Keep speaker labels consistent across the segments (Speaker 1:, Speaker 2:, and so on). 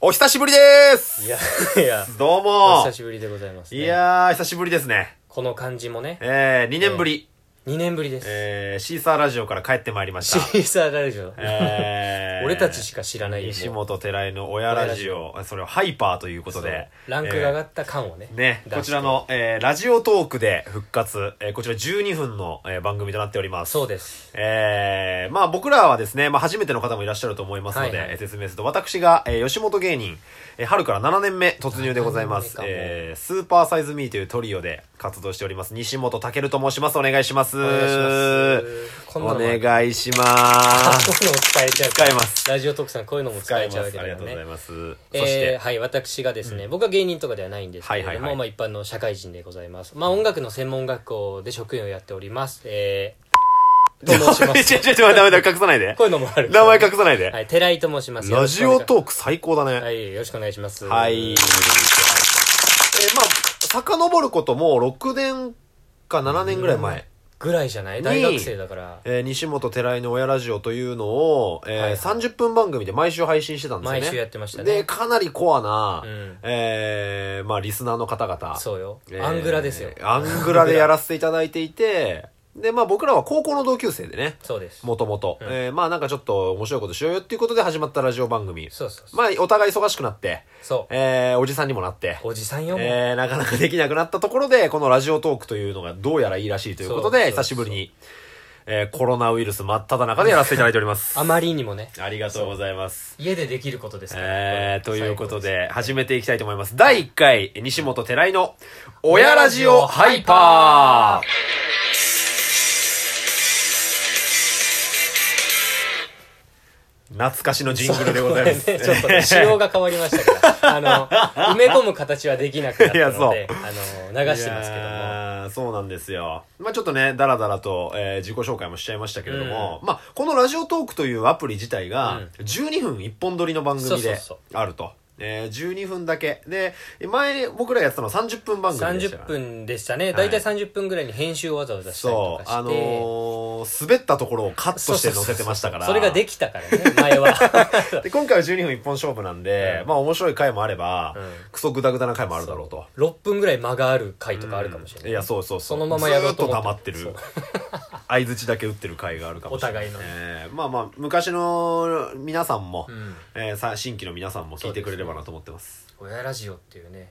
Speaker 1: お久しぶりです
Speaker 2: いやいや、
Speaker 1: どう
Speaker 2: お
Speaker 1: も
Speaker 2: 久しぶりでございます、
Speaker 1: い
Speaker 2: ね。、
Speaker 1: やー、久しぶりですね。
Speaker 2: この感じもね、
Speaker 1: えー、2年ぶり、
Speaker 2: 2年ぶりです。
Speaker 1: えー、シーサーラジオから帰ってまいりまし
Speaker 2: シ
Speaker 1: た。
Speaker 2: ーサーラジオ。
Speaker 1: えー
Speaker 2: 俺たちしか知らないよ。
Speaker 1: 西本寺井の親ラジオ、それをハイパーということで。
Speaker 2: ランクが上が
Speaker 1: っ
Speaker 2: った感をね。
Speaker 1: ね、
Speaker 2: 出して
Speaker 1: こちら。の、えー、ラジオトークで復活、えー、こちら12分の、えー、番組となっております。
Speaker 2: そうです。
Speaker 1: えー、まあ僕らはですね、まあ初めての方もいらっしゃると思いますので、
Speaker 2: はいはい
Speaker 1: えー説明すると、私が、えー吉本芸人、えー春から7年目突入でございま
Speaker 2: 7年目
Speaker 1: す
Speaker 2: か。も
Speaker 1: えー、スーパーサイズミーというトリオで活動しております、西本健と申します。お願いします。お
Speaker 2: お願いします。こんな
Speaker 1: お
Speaker 2: のもある
Speaker 1: 願いします。
Speaker 2: こういうのも使えちゃう。
Speaker 1: 使えます。
Speaker 2: ラジオ特産こういうのも 使
Speaker 1: 使
Speaker 2: え
Speaker 1: い
Speaker 2: ち
Speaker 1: ま
Speaker 2: ゃうわけ
Speaker 1: す。あ
Speaker 2: だ
Speaker 1: りが
Speaker 2: よ
Speaker 1: とうござい
Speaker 2: ね。
Speaker 1: ます。
Speaker 2: え
Speaker 1: そして
Speaker 2: ー、、はい、私がですね、僕は芸人とかではないんですけれども、
Speaker 1: はいはいはい
Speaker 2: まあ一般の社会人でございます。まあ音楽の専門学校で職員をやっております。えー、と
Speaker 1: 違う
Speaker 2: 申します。
Speaker 1: 違う違う、ダメだ、隠さないで
Speaker 2: こ。ういうのもある。
Speaker 1: 名前隠さない
Speaker 2: は
Speaker 1: で。
Speaker 2: い、寺井と申します。
Speaker 1: ラジオ
Speaker 2: と
Speaker 1: トーク最高だね。
Speaker 2: はい、よろしくお願いします。
Speaker 1: はい。えー、まあ、遡ることも6年か7年ぐらい前。
Speaker 2: ぐらいじゃない大学生だから。
Speaker 1: えー西本寺井の親ラジオというのを、えー
Speaker 2: はいはい
Speaker 1: 30分番組で毎週配信してたんですよね。
Speaker 2: 毎週やってましたね
Speaker 1: で、かなりコアな、
Speaker 2: うん
Speaker 1: えーまあ、リスナーの方々。
Speaker 2: そうよ
Speaker 1: え。ー
Speaker 2: アングラですよ。
Speaker 1: アングラでやらせていただいていて、で、まあ僕らは高校の同級生でね、
Speaker 2: そうです。
Speaker 1: もともと。
Speaker 2: うん
Speaker 1: えーまあなんかちょっと面白いことしようよっていうことで始まったラジオ番組。
Speaker 2: そうそうそう。
Speaker 1: まあ、お互い忙しくなって、
Speaker 2: そう。
Speaker 1: えーおじさんにもなって、
Speaker 2: おじさんよ、もう
Speaker 1: えーなかなかできなくなったところで、このラジオトークというのがどうやらいいらしいということ
Speaker 2: そう
Speaker 1: で、
Speaker 2: そうそう
Speaker 1: 久しぶりに、えーコロナウイルス真っ只中でやらせていただいております。
Speaker 2: あまりにもね、
Speaker 1: ありがとうございます。
Speaker 2: 家でできることですから。
Speaker 1: えー、ということ
Speaker 2: 最
Speaker 1: で、始めていきたいと思います。第1回、西本寺井の、親ラジオハイパー懐かしのジングルでございます。
Speaker 2: 高です。こ れね、ち ょっとね、仕様が変わりましたから、あの、埋め込む形はできなくなったの
Speaker 1: いや
Speaker 2: で、あの、流してますけど
Speaker 1: い
Speaker 2: も。
Speaker 1: やーそうなんですよ。まあちょっとね、だらだらと、えー自己紹介もしちゃいましたけれども、まあこのラジオトークというアプリ自体が、12分一本撮りの番組で
Speaker 2: そうそう
Speaker 1: あると。えー12分だけ。で、前僕らやってたのは30分番組でしたから
Speaker 2: 30
Speaker 1: ね。
Speaker 2: 分でしたね。
Speaker 1: は
Speaker 2: だ
Speaker 1: い
Speaker 2: いたい30分ぐらいに編集をわざわざしたりと
Speaker 1: そ
Speaker 2: か
Speaker 1: う。
Speaker 2: して。
Speaker 1: あのー滑ったところをカットして載せてましたから。
Speaker 2: それができたからね、前は。
Speaker 1: で今回は12分一本勝負なんで、
Speaker 2: うん
Speaker 1: まあ面白い回もあれば、
Speaker 2: うん
Speaker 1: クソグダグダな回もあるだろうと。
Speaker 2: 6分ぐらい間がある回とかあるかもしれない、
Speaker 1: いやそうそうそう
Speaker 2: そのままやろうと
Speaker 1: ずーっと
Speaker 2: 思っ
Speaker 1: 黙って
Speaker 2: て
Speaker 1: る相づちだけ打ってる回があるかもしれない
Speaker 2: お互いのね
Speaker 1: えーまあまあ昔の皆さんも、
Speaker 2: うん
Speaker 1: えーさ新規の皆さんも聞いてくれればなと思ってます
Speaker 2: 親ラジオっていうね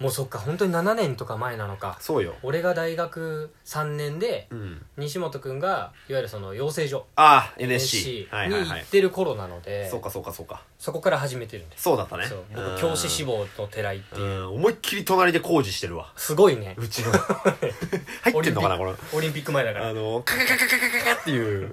Speaker 2: もうそっか本当に7年とか前なのか
Speaker 1: そうよ
Speaker 2: 俺が大学3年で、
Speaker 1: うん
Speaker 2: 西本君がいわゆるその養成所
Speaker 1: ああ NSC
Speaker 2: NSC に
Speaker 1: はいはいは
Speaker 2: 行
Speaker 1: い
Speaker 2: ってる頃なので、
Speaker 1: そうかそうかそうか
Speaker 2: そこから始めてるんです
Speaker 1: そうだったね
Speaker 2: そう
Speaker 1: うん
Speaker 2: 僕教師志望の寺井って
Speaker 1: う
Speaker 2: いうん
Speaker 1: 思いっきり隣で工事してるわ
Speaker 2: すごいね
Speaker 1: うちの入ってんのかなこの
Speaker 2: オリンピック前だから
Speaker 1: あのカカカカカカカカっていう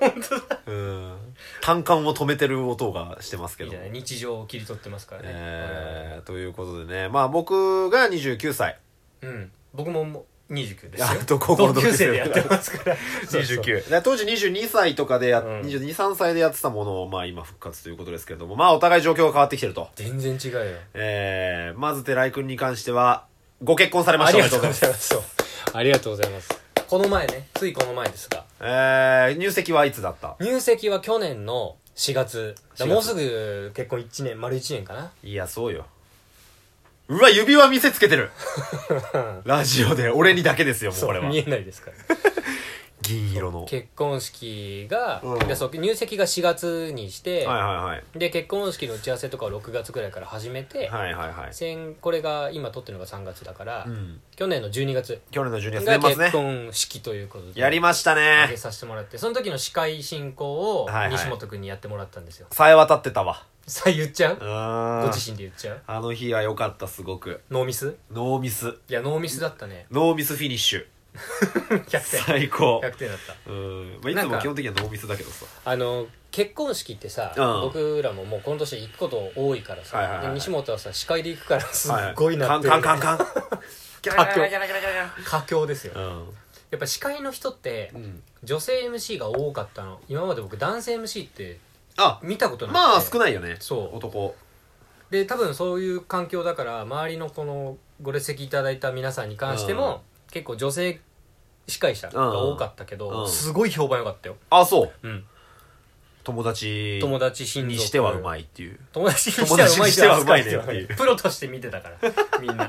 Speaker 1: 本当だうん単管を止めてる音がしてますけ
Speaker 2: いい
Speaker 1: ど
Speaker 2: じゃない日常を切り取ってますからね、
Speaker 1: えーということでね、まあ僕が29歳。
Speaker 2: うん僕ももう29ですよ
Speaker 1: あと高校の同
Speaker 2: 同
Speaker 1: 級
Speaker 2: 級
Speaker 1: 生
Speaker 2: 生でやってますからそうそう
Speaker 1: だから当時22歳とかでや、
Speaker 2: うん
Speaker 1: 22、3歳でやってたものを、まあ今復活ということですけれども、まあお互い状況が変わってきてると。
Speaker 2: 全然違うよ
Speaker 1: えー、まず寺井くんに関しては、ご結婚されました。おめでとうございます
Speaker 2: ざいます。ありがとうございます。この前ね、ついこの前ですが、
Speaker 1: えー、入籍はいつだった
Speaker 2: 入籍は去年の4月。だ
Speaker 1: 4月
Speaker 2: もうすぐ結婚1年、丸1年かな。
Speaker 1: いや、そうよ。うわ、指輪見せつけてる ラジオで、俺にだけですよ、もうこれ
Speaker 2: そう
Speaker 1: は
Speaker 2: 見。えないですから。
Speaker 1: 銀色の。はい
Speaker 2: 結婚式が、
Speaker 1: うん
Speaker 2: でそう入籍が4月にして、
Speaker 1: はいはい。
Speaker 2: で、結婚式の打ち合わせとかを6月ぐらいから始めて、
Speaker 1: はいはいはい。
Speaker 2: 先これが今撮ってるのが3月だから、
Speaker 1: うん。
Speaker 2: 去年の12月
Speaker 1: 去年の12月
Speaker 2: が
Speaker 1: 年末
Speaker 2: 結
Speaker 1: ね。
Speaker 2: 婚式ということで、
Speaker 1: やりました
Speaker 2: 上
Speaker 1: ね
Speaker 2: げ。させてもらって、その時の司会進行を
Speaker 1: はいはい
Speaker 2: 西本君にやってもらったんですよ。
Speaker 1: さえ渡ってたわ。
Speaker 2: さあ言っちゃう
Speaker 1: ご
Speaker 2: ご自身で言っちゃう
Speaker 1: あの日は良かった、すごく。
Speaker 2: ノーミス
Speaker 1: ノーミス。
Speaker 2: いやノーミスだったね
Speaker 1: ノーミスフィニッシュ。
Speaker 2: 100点
Speaker 1: 最高。
Speaker 2: 100点だった
Speaker 1: うん。まあ、い
Speaker 2: な
Speaker 1: つ
Speaker 2: ん
Speaker 1: も
Speaker 2: か
Speaker 1: 基本的にはノーミスだけどさ。
Speaker 2: あの結婚式ってさ、
Speaker 1: うん
Speaker 2: 僕らももうこの年行くこと多いからさ、
Speaker 1: はいはいはい
Speaker 2: で西本はさ司会で行くからすっごいな
Speaker 1: カ
Speaker 2: っ
Speaker 1: ン
Speaker 2: て
Speaker 1: カンカ
Speaker 2: る
Speaker 1: ンカン。 キャ
Speaker 2: 佳
Speaker 1: ラ
Speaker 2: 境
Speaker 1: キャラキャラキャラキャラ
Speaker 2: 佳境ですよ、
Speaker 1: う
Speaker 2: や
Speaker 1: ん。
Speaker 2: っぱ司会の人って、
Speaker 1: うん
Speaker 2: 女性 MC が多かったの今まで僕男性 MC って
Speaker 1: あ、
Speaker 2: 見たことなくて
Speaker 1: まあ少
Speaker 2: い
Speaker 1: ないよね。
Speaker 2: そう
Speaker 1: 男。
Speaker 2: で多分そういう環境だから周りのこのご列席いただいた皆さんに関しても、結構女性司会者が多かったけど、
Speaker 1: うん
Speaker 2: すごい評判良かったよ
Speaker 1: あ、そう。
Speaker 2: うん
Speaker 1: 友達
Speaker 2: 友達親族
Speaker 1: にしてはうまいっていう。
Speaker 2: 友達にしてはうまいって
Speaker 1: 友達にして
Speaker 2: 扱われ
Speaker 1: はうまいねっていう
Speaker 2: プロとして見てた からみんな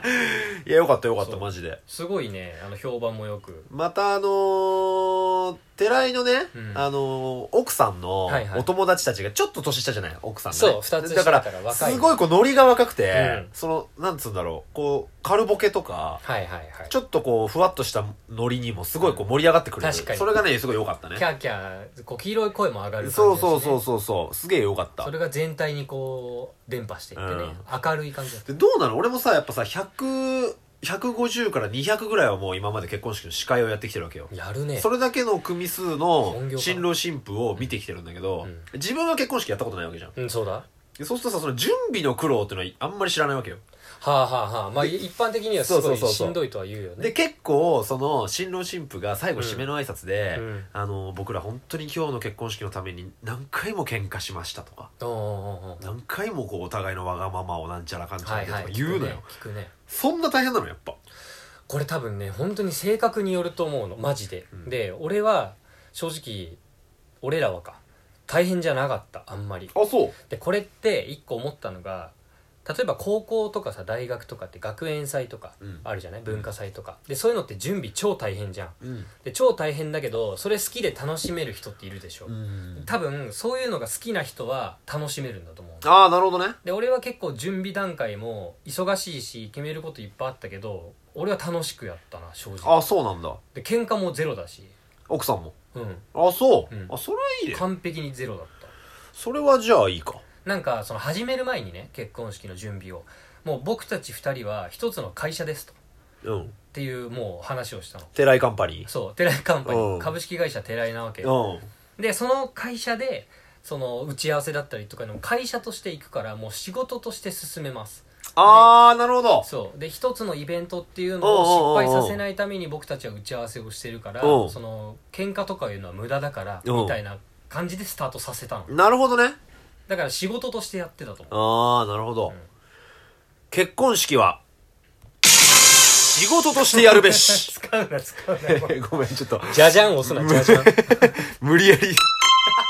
Speaker 2: い
Speaker 1: や、よかったよかった、
Speaker 2: そう
Speaker 1: マジで。
Speaker 2: すごいねあの評判もよく
Speaker 1: またあのー、寺井のね、
Speaker 2: うん
Speaker 1: あのー奥さんの
Speaker 2: はいはい
Speaker 1: お友達たちがちょっと年下じゃない奥さんが、ね。
Speaker 2: そう二つ下
Speaker 1: だから
Speaker 2: だから、若い
Speaker 1: すごいこう、ノリが若くて、
Speaker 2: うん
Speaker 1: その、なんつうんだろう、こう、カルボケとか、
Speaker 2: はいはいはい
Speaker 1: ちょっとこう、ふわっとしたノリにもすごいこう盛り上がってくれる。
Speaker 2: 確かに
Speaker 1: それがね、すごい良かったね
Speaker 2: キ。ャーキャーこう黄色い声も上がる感じですね
Speaker 1: そうそうそうそうそう。すげえ良かった
Speaker 2: そ。れが全体にこう伝播していってね、
Speaker 1: う
Speaker 2: 明るい感じだった
Speaker 1: で、どうなの俺もさ、やっぱさ、100、150から200ぐらいはもう今まで結婚式の司会をやってきてるわけよ。
Speaker 2: やるね
Speaker 1: それだけの組数の
Speaker 2: 本業か
Speaker 1: 新郎新婦を見てきてるんだけど、
Speaker 2: うん
Speaker 1: 自分は結婚式やったことないわけじゃん。
Speaker 2: うんそうだは
Speaker 1: でそうするとさ、その準備の苦労っていうのはあんまり知らないわけよ。
Speaker 2: あはあはあまあ一般的にはす
Speaker 1: そ
Speaker 2: ご
Speaker 1: う
Speaker 2: い
Speaker 1: そうそう
Speaker 2: し
Speaker 1: そうん
Speaker 2: どいとは言うよね
Speaker 1: で、結構、その、新郎新婦が最後締めの挨拶で、
Speaker 2: うんうん
Speaker 1: あの、僕ら本当に今日の結婚式のために何回も喧嘩しましたとか、
Speaker 2: おーおーおー
Speaker 1: 何回もこうお互いのわがままをなんちゃらかんちゃら
Speaker 2: は
Speaker 1: で
Speaker 2: い
Speaker 1: と
Speaker 2: は
Speaker 1: か
Speaker 2: い
Speaker 1: 言うのよ、
Speaker 2: 聞くね聞くね
Speaker 1: そんな大変なのやっぱ
Speaker 2: これ多分ね本当に性格によると思うのマジで、
Speaker 1: うん
Speaker 2: で俺は正直俺らはか大変じゃなかったあんまり
Speaker 1: あそう
Speaker 2: でこれって一個思ったのが例えば高校とかさ大学とかって学園祭とか
Speaker 1: うん
Speaker 2: あるじゃない、文化祭とかでそういうのって準備超大変じゃん
Speaker 1: うん、
Speaker 2: で超大変だけどそれ好きで楽しめる人っているでしょ、多分そういうのが好きな人は楽しめるんだと思うの
Speaker 1: ああなるほどね
Speaker 2: で俺は結構準備段階も忙しいし決めることいっぱいあったけど俺は楽しくやったな正直
Speaker 1: あそうなんだ
Speaker 2: で喧嘩もゼロだし
Speaker 1: 奥さんも
Speaker 2: うん
Speaker 1: あそう、
Speaker 2: うん
Speaker 1: あそれはいいね
Speaker 2: 完璧にゼロだった
Speaker 1: それはじゃあいいか
Speaker 2: なんかその始める前にね結婚式の準備をもう僕たち2人は一つの会社ですとっ
Speaker 1: うん
Speaker 2: ていうもう話をしたの
Speaker 1: テライカンパニ
Speaker 2: そう寺井カンパニ
Speaker 1: うん
Speaker 2: ー株式会社寺井なわけ
Speaker 1: ー
Speaker 2: でその会社でその打ち合わせだったりとかの会社として行くからもう仕事として進めます
Speaker 1: ああなるほど
Speaker 2: そうで一つのイベントっていう
Speaker 1: おうお
Speaker 2: の
Speaker 1: うおう
Speaker 2: を失敗させないために僕たちは打ち合わせをしてるから
Speaker 1: おう
Speaker 2: その喧嘩とかいうのは無駄だから
Speaker 1: おう
Speaker 2: みたいな感じでスタートさせたの
Speaker 1: なるほどね
Speaker 2: だから仕事としてやってたと思う
Speaker 1: ああなるほど、
Speaker 2: ん
Speaker 1: 結婚式は仕事としてやるべし
Speaker 2: 使うな使う なもう
Speaker 1: ごめんちょっと
Speaker 2: じゃじゃん押すなじゃじゃん
Speaker 1: 無理やり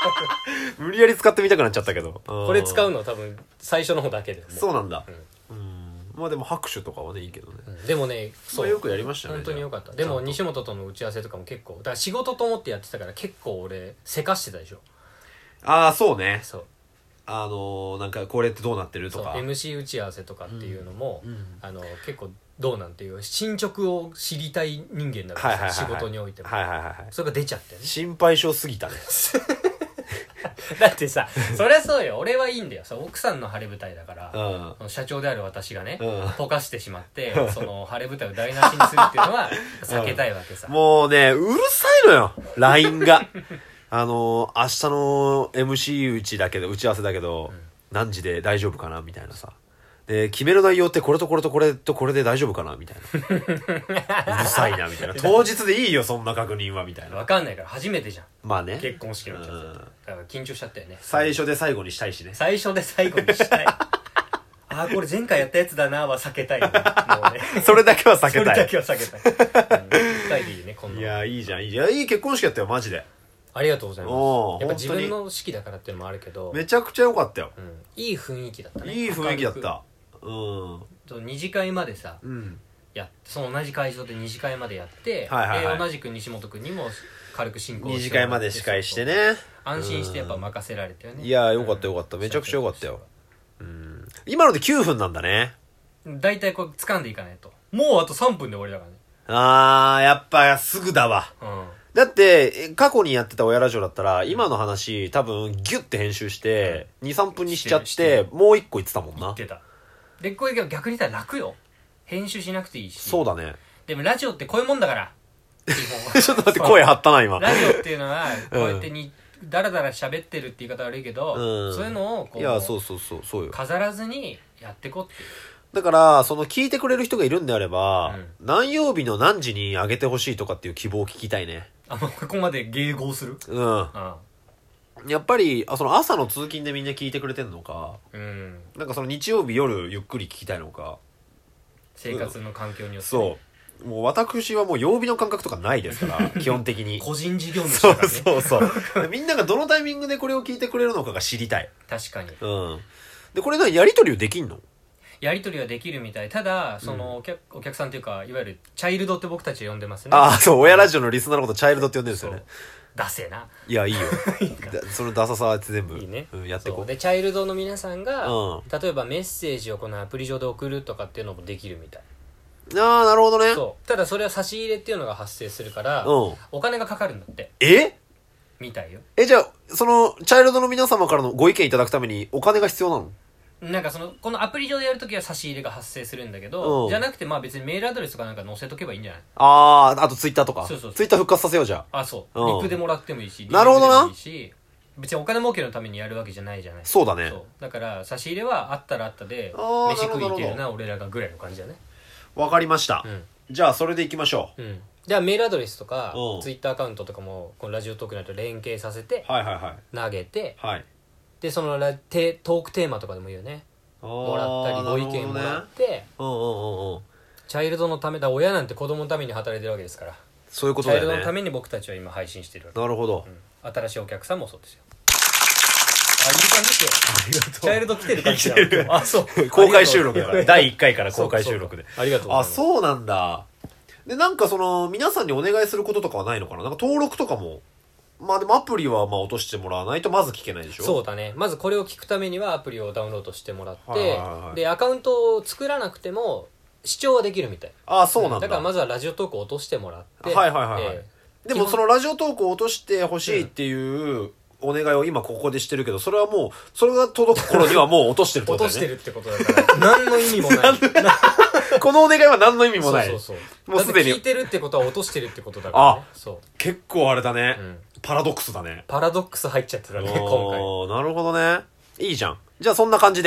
Speaker 1: 無理やり使ってみたくなっちゃったけどこ
Speaker 2: これ使うの多分最初の方だけでもう
Speaker 1: そうなんだうんまあでも拍手とかはねいいけどね
Speaker 2: うんでもね
Speaker 1: そ
Speaker 2: そう
Speaker 1: うよくやりましたね
Speaker 2: 本当によかった
Speaker 1: じ
Speaker 2: で
Speaker 1: ゃあち
Speaker 2: も
Speaker 1: ゃんと
Speaker 2: 西本との打ち合わせとかも結構だから仕事と思ってやってたから結構俺せかしてたでしょ
Speaker 1: ああそうね
Speaker 2: そう
Speaker 1: あのー、なんかこれってどうなってる
Speaker 2: そ
Speaker 1: と
Speaker 2: う
Speaker 1: か
Speaker 2: MC 打ち合わせとかっていうのも、
Speaker 1: うんうん
Speaker 2: あの結構どうなんていう進捗を知りたい人間だか
Speaker 1: はいはいはいは
Speaker 2: ら
Speaker 1: い
Speaker 2: 仕事においても、
Speaker 1: はいはいはいはい
Speaker 2: それが出ちゃって ね
Speaker 1: 心配性すぎ たね
Speaker 2: だってさ そりゃそうよ俺はいいんだよそう奥さんの晴れ舞台だか
Speaker 1: う
Speaker 2: ら、
Speaker 1: ん
Speaker 2: 社長である私がね、
Speaker 1: うん
Speaker 2: 溶かしてしまってその晴れ舞台を台無しにするっていうの は避けたいわけさ、
Speaker 1: もうねうるさいのよ LINE が あのー、明日の MC 打ちだけど打ち合わせだけど、何時で大丈夫かなみたいなさで決める内容ってこれとこれとこれとこれで大丈夫かなみたい なうるさいなみたいな当日でいいよそんな確認はみたい
Speaker 2: 分
Speaker 1: な
Speaker 2: かんないから初めてじゃん
Speaker 1: まあね
Speaker 2: 結婚式の時だ
Speaker 1: うん
Speaker 2: から緊張しちゃったよね
Speaker 1: 最初で最後にしたいしね
Speaker 2: 最初で最後にした いああこれ前回やったやつだなは避けた いね、もうね
Speaker 1: それだけは避
Speaker 2: そ
Speaker 1: け
Speaker 2: れ
Speaker 1: た
Speaker 2: だ
Speaker 1: い
Speaker 2: けは避けたい。うん一回でいいね、こん
Speaker 1: い
Speaker 2: なの。
Speaker 1: やいいじゃんいいじゃんいい結婚式やったよマジで
Speaker 2: ありがとうござい
Speaker 1: お
Speaker 2: ま
Speaker 1: ー
Speaker 2: す。やっぱ自分の式だからっていうのもあるけど、
Speaker 1: めちゃくちゃ良かったよ
Speaker 2: うんいい雰囲気だったね。
Speaker 1: いい雰囲気だっ
Speaker 2: 明る
Speaker 1: たうん
Speaker 2: く。そう二次会までさ、
Speaker 1: うん
Speaker 2: やっその同じ会場で二次会までやって、
Speaker 1: はいはいはい
Speaker 2: で同じく西本君にも軽く進行
Speaker 1: 二
Speaker 2: して
Speaker 1: 次会
Speaker 2: もらって
Speaker 1: まで司会して。ね
Speaker 2: 安心してやっぱ任せられたよね。
Speaker 1: いや良かった良かっためちゃくちゃ良かったようん今ので9分なんだね
Speaker 2: うん。大体こう掴んでいかないと。もうあと3分で終わりだか
Speaker 1: あーやっぱすぐだわ
Speaker 2: らね。
Speaker 1: だってえ過去にやってた親ラジオだったら今の話多分ギュッて編集して23分にしちゃっ
Speaker 2: して
Speaker 1: てもう1個言ってたもん
Speaker 2: うん。
Speaker 1: な
Speaker 2: 出た。で、これが逆に言ったら楽よ。編集しなくていいし。
Speaker 1: そうだね
Speaker 2: でもラジオってこういうもんだから。基 本
Speaker 1: ちょっと待って声張ったな今
Speaker 2: ラジオっていうのはこうやってに、だらだら喋ってるって言い方悪いけど、
Speaker 1: うん
Speaker 2: そういうのをこう
Speaker 1: いやそうそうそうそうよ
Speaker 2: 飾らずにやってこうっていう
Speaker 1: だから、その聞いてくれる人がいるんであれば、
Speaker 2: う
Speaker 1: 何曜日の何時に上げてほしいとかっていう希望を聞きたいね。
Speaker 2: あもうここまで迎合する
Speaker 1: うん。
Speaker 2: あ
Speaker 1: やっぱり、あその朝の通勤でみんな聞いてくれてんのか、
Speaker 2: うん
Speaker 1: なんかその日曜日夜ゆっくり聞きたいのか、
Speaker 2: 生活の環境によって、
Speaker 1: そもう私はもう曜日の感覚とかないで すから基本的に
Speaker 3: 個人事業主
Speaker 1: そ
Speaker 3: だ
Speaker 1: う
Speaker 3: からね
Speaker 1: そう そうみんながどのタイミングでこれを聞いてくれるのかが知りたい
Speaker 3: 確かに
Speaker 1: うんでこれなやり取りをできんの
Speaker 3: やり取りはできるみたいただそのお客,、お客さんというかいわゆるチャイルドって僕たち呼んでますね
Speaker 1: ああそう親ラジオのリスナーのことチャイルドって呼んでるんです
Speaker 3: そ
Speaker 1: よ
Speaker 3: う
Speaker 1: ね
Speaker 3: 出せない
Speaker 1: やいいよ
Speaker 3: いいか
Speaker 1: だそのダサさは全部
Speaker 2: いいね
Speaker 1: うん、やって
Speaker 2: そ
Speaker 1: こ
Speaker 2: う
Speaker 1: う
Speaker 2: でチャイルドの皆さんが、
Speaker 1: うん
Speaker 2: 例えばメッセージをこのアプリ上で送るとかっていうのもできるみたい
Speaker 1: ああなるほどね
Speaker 2: そうただそれは差し入れっていうのが発生するから、
Speaker 1: うん
Speaker 2: お金がかかるんだって
Speaker 1: え
Speaker 3: みたいよ
Speaker 1: えじゃあそのチャイルドの皆様からのご意見いただくためにお金が必要なの
Speaker 3: なんかそのこのアプリ上でやるときは差し入れが発生するんだけど、
Speaker 1: うん
Speaker 3: じゃなくてまあ別にメールアドレスとかなんか載せとけばいいんじゃない
Speaker 1: あああとツイッターとか
Speaker 3: そうそうそう
Speaker 1: ツイッター復活させようじゃあ
Speaker 3: あそう、
Speaker 1: うん
Speaker 3: リプでもらってもいいし
Speaker 1: なるほど
Speaker 3: DM
Speaker 1: な
Speaker 3: でもいいし別にお金儲けのためにやるわけじゃないじゃない
Speaker 1: そうだね
Speaker 3: そうだから差し入れはあったらあったで
Speaker 1: あー
Speaker 3: 飯食い行け
Speaker 1: なるほどなる
Speaker 3: る
Speaker 1: ほ
Speaker 3: な俺らがぐらいの感じだね
Speaker 1: わかりました、
Speaker 2: うん
Speaker 1: じゃあそれでいきましょう
Speaker 2: うんじゃあメールアドレスとか
Speaker 1: うん
Speaker 2: ツイッターアカウントとかもこのラジオトーク内と連携させて
Speaker 1: はいはいはい
Speaker 2: 投げて
Speaker 1: はい
Speaker 2: でそのラテトークテーマとかでもいいよねも
Speaker 1: も
Speaker 2: らったりご意見もらって、
Speaker 1: うんうんうんうん
Speaker 2: チャイルドのためだ親なんて子供のために働いてるわけですから、
Speaker 1: そういうこ
Speaker 2: チ
Speaker 1: とだ
Speaker 2: ャイル
Speaker 1: よ
Speaker 2: ド
Speaker 1: ね
Speaker 2: のために僕たちは今配信してるわけ、
Speaker 1: なるほど、
Speaker 2: うん新しいお客さんもそうですよあいい感じですよ
Speaker 1: ありがとう
Speaker 2: チャイル ド来てる感じだ
Speaker 1: 来てる
Speaker 2: あそう
Speaker 1: 公開収録だから
Speaker 2: ありがと
Speaker 1: 第1回から公開収録で
Speaker 2: うありがとうござい
Speaker 1: あ
Speaker 2: ます
Speaker 1: そうなんだでなんかその皆さんにお願いすることとかはないのかななんか登録とかもまあでもアプリはまあ落としてもらわないとまず聞けないでしょ
Speaker 2: そうだねまずこれを聞くためにはアプリをダウンロードしてもらって、
Speaker 1: はいはいはいはい
Speaker 2: でアカウントを作らなくても視聴はできるみたい
Speaker 1: ああそうなんだ,、
Speaker 2: からまずはラジオトークを落としてもらって
Speaker 1: はいはいはいはい
Speaker 2: え
Speaker 1: でもそのラジオトークを落としてほしいっていうお願いを今ここでしてるけどそれはもうそれが届く頃にはもう落としてるって
Speaker 2: ー
Speaker 1: こ
Speaker 2: 落
Speaker 1: と
Speaker 2: と
Speaker 1: だ
Speaker 2: し
Speaker 1: よね
Speaker 2: てるってことだから何の意味 もない
Speaker 1: このお願いは何の意味も
Speaker 2: そう
Speaker 1: ない
Speaker 2: そうそう
Speaker 1: もうすでに
Speaker 2: だって聞いてるってことは落としてるってことだから、ね、
Speaker 1: あ
Speaker 2: そう
Speaker 1: 結構あれだね、
Speaker 2: うん
Speaker 1: パラドックスだね
Speaker 2: パラドックス入っちゃってたね今回
Speaker 1: おーなるほどねいいじゃんじゃあそんな感じで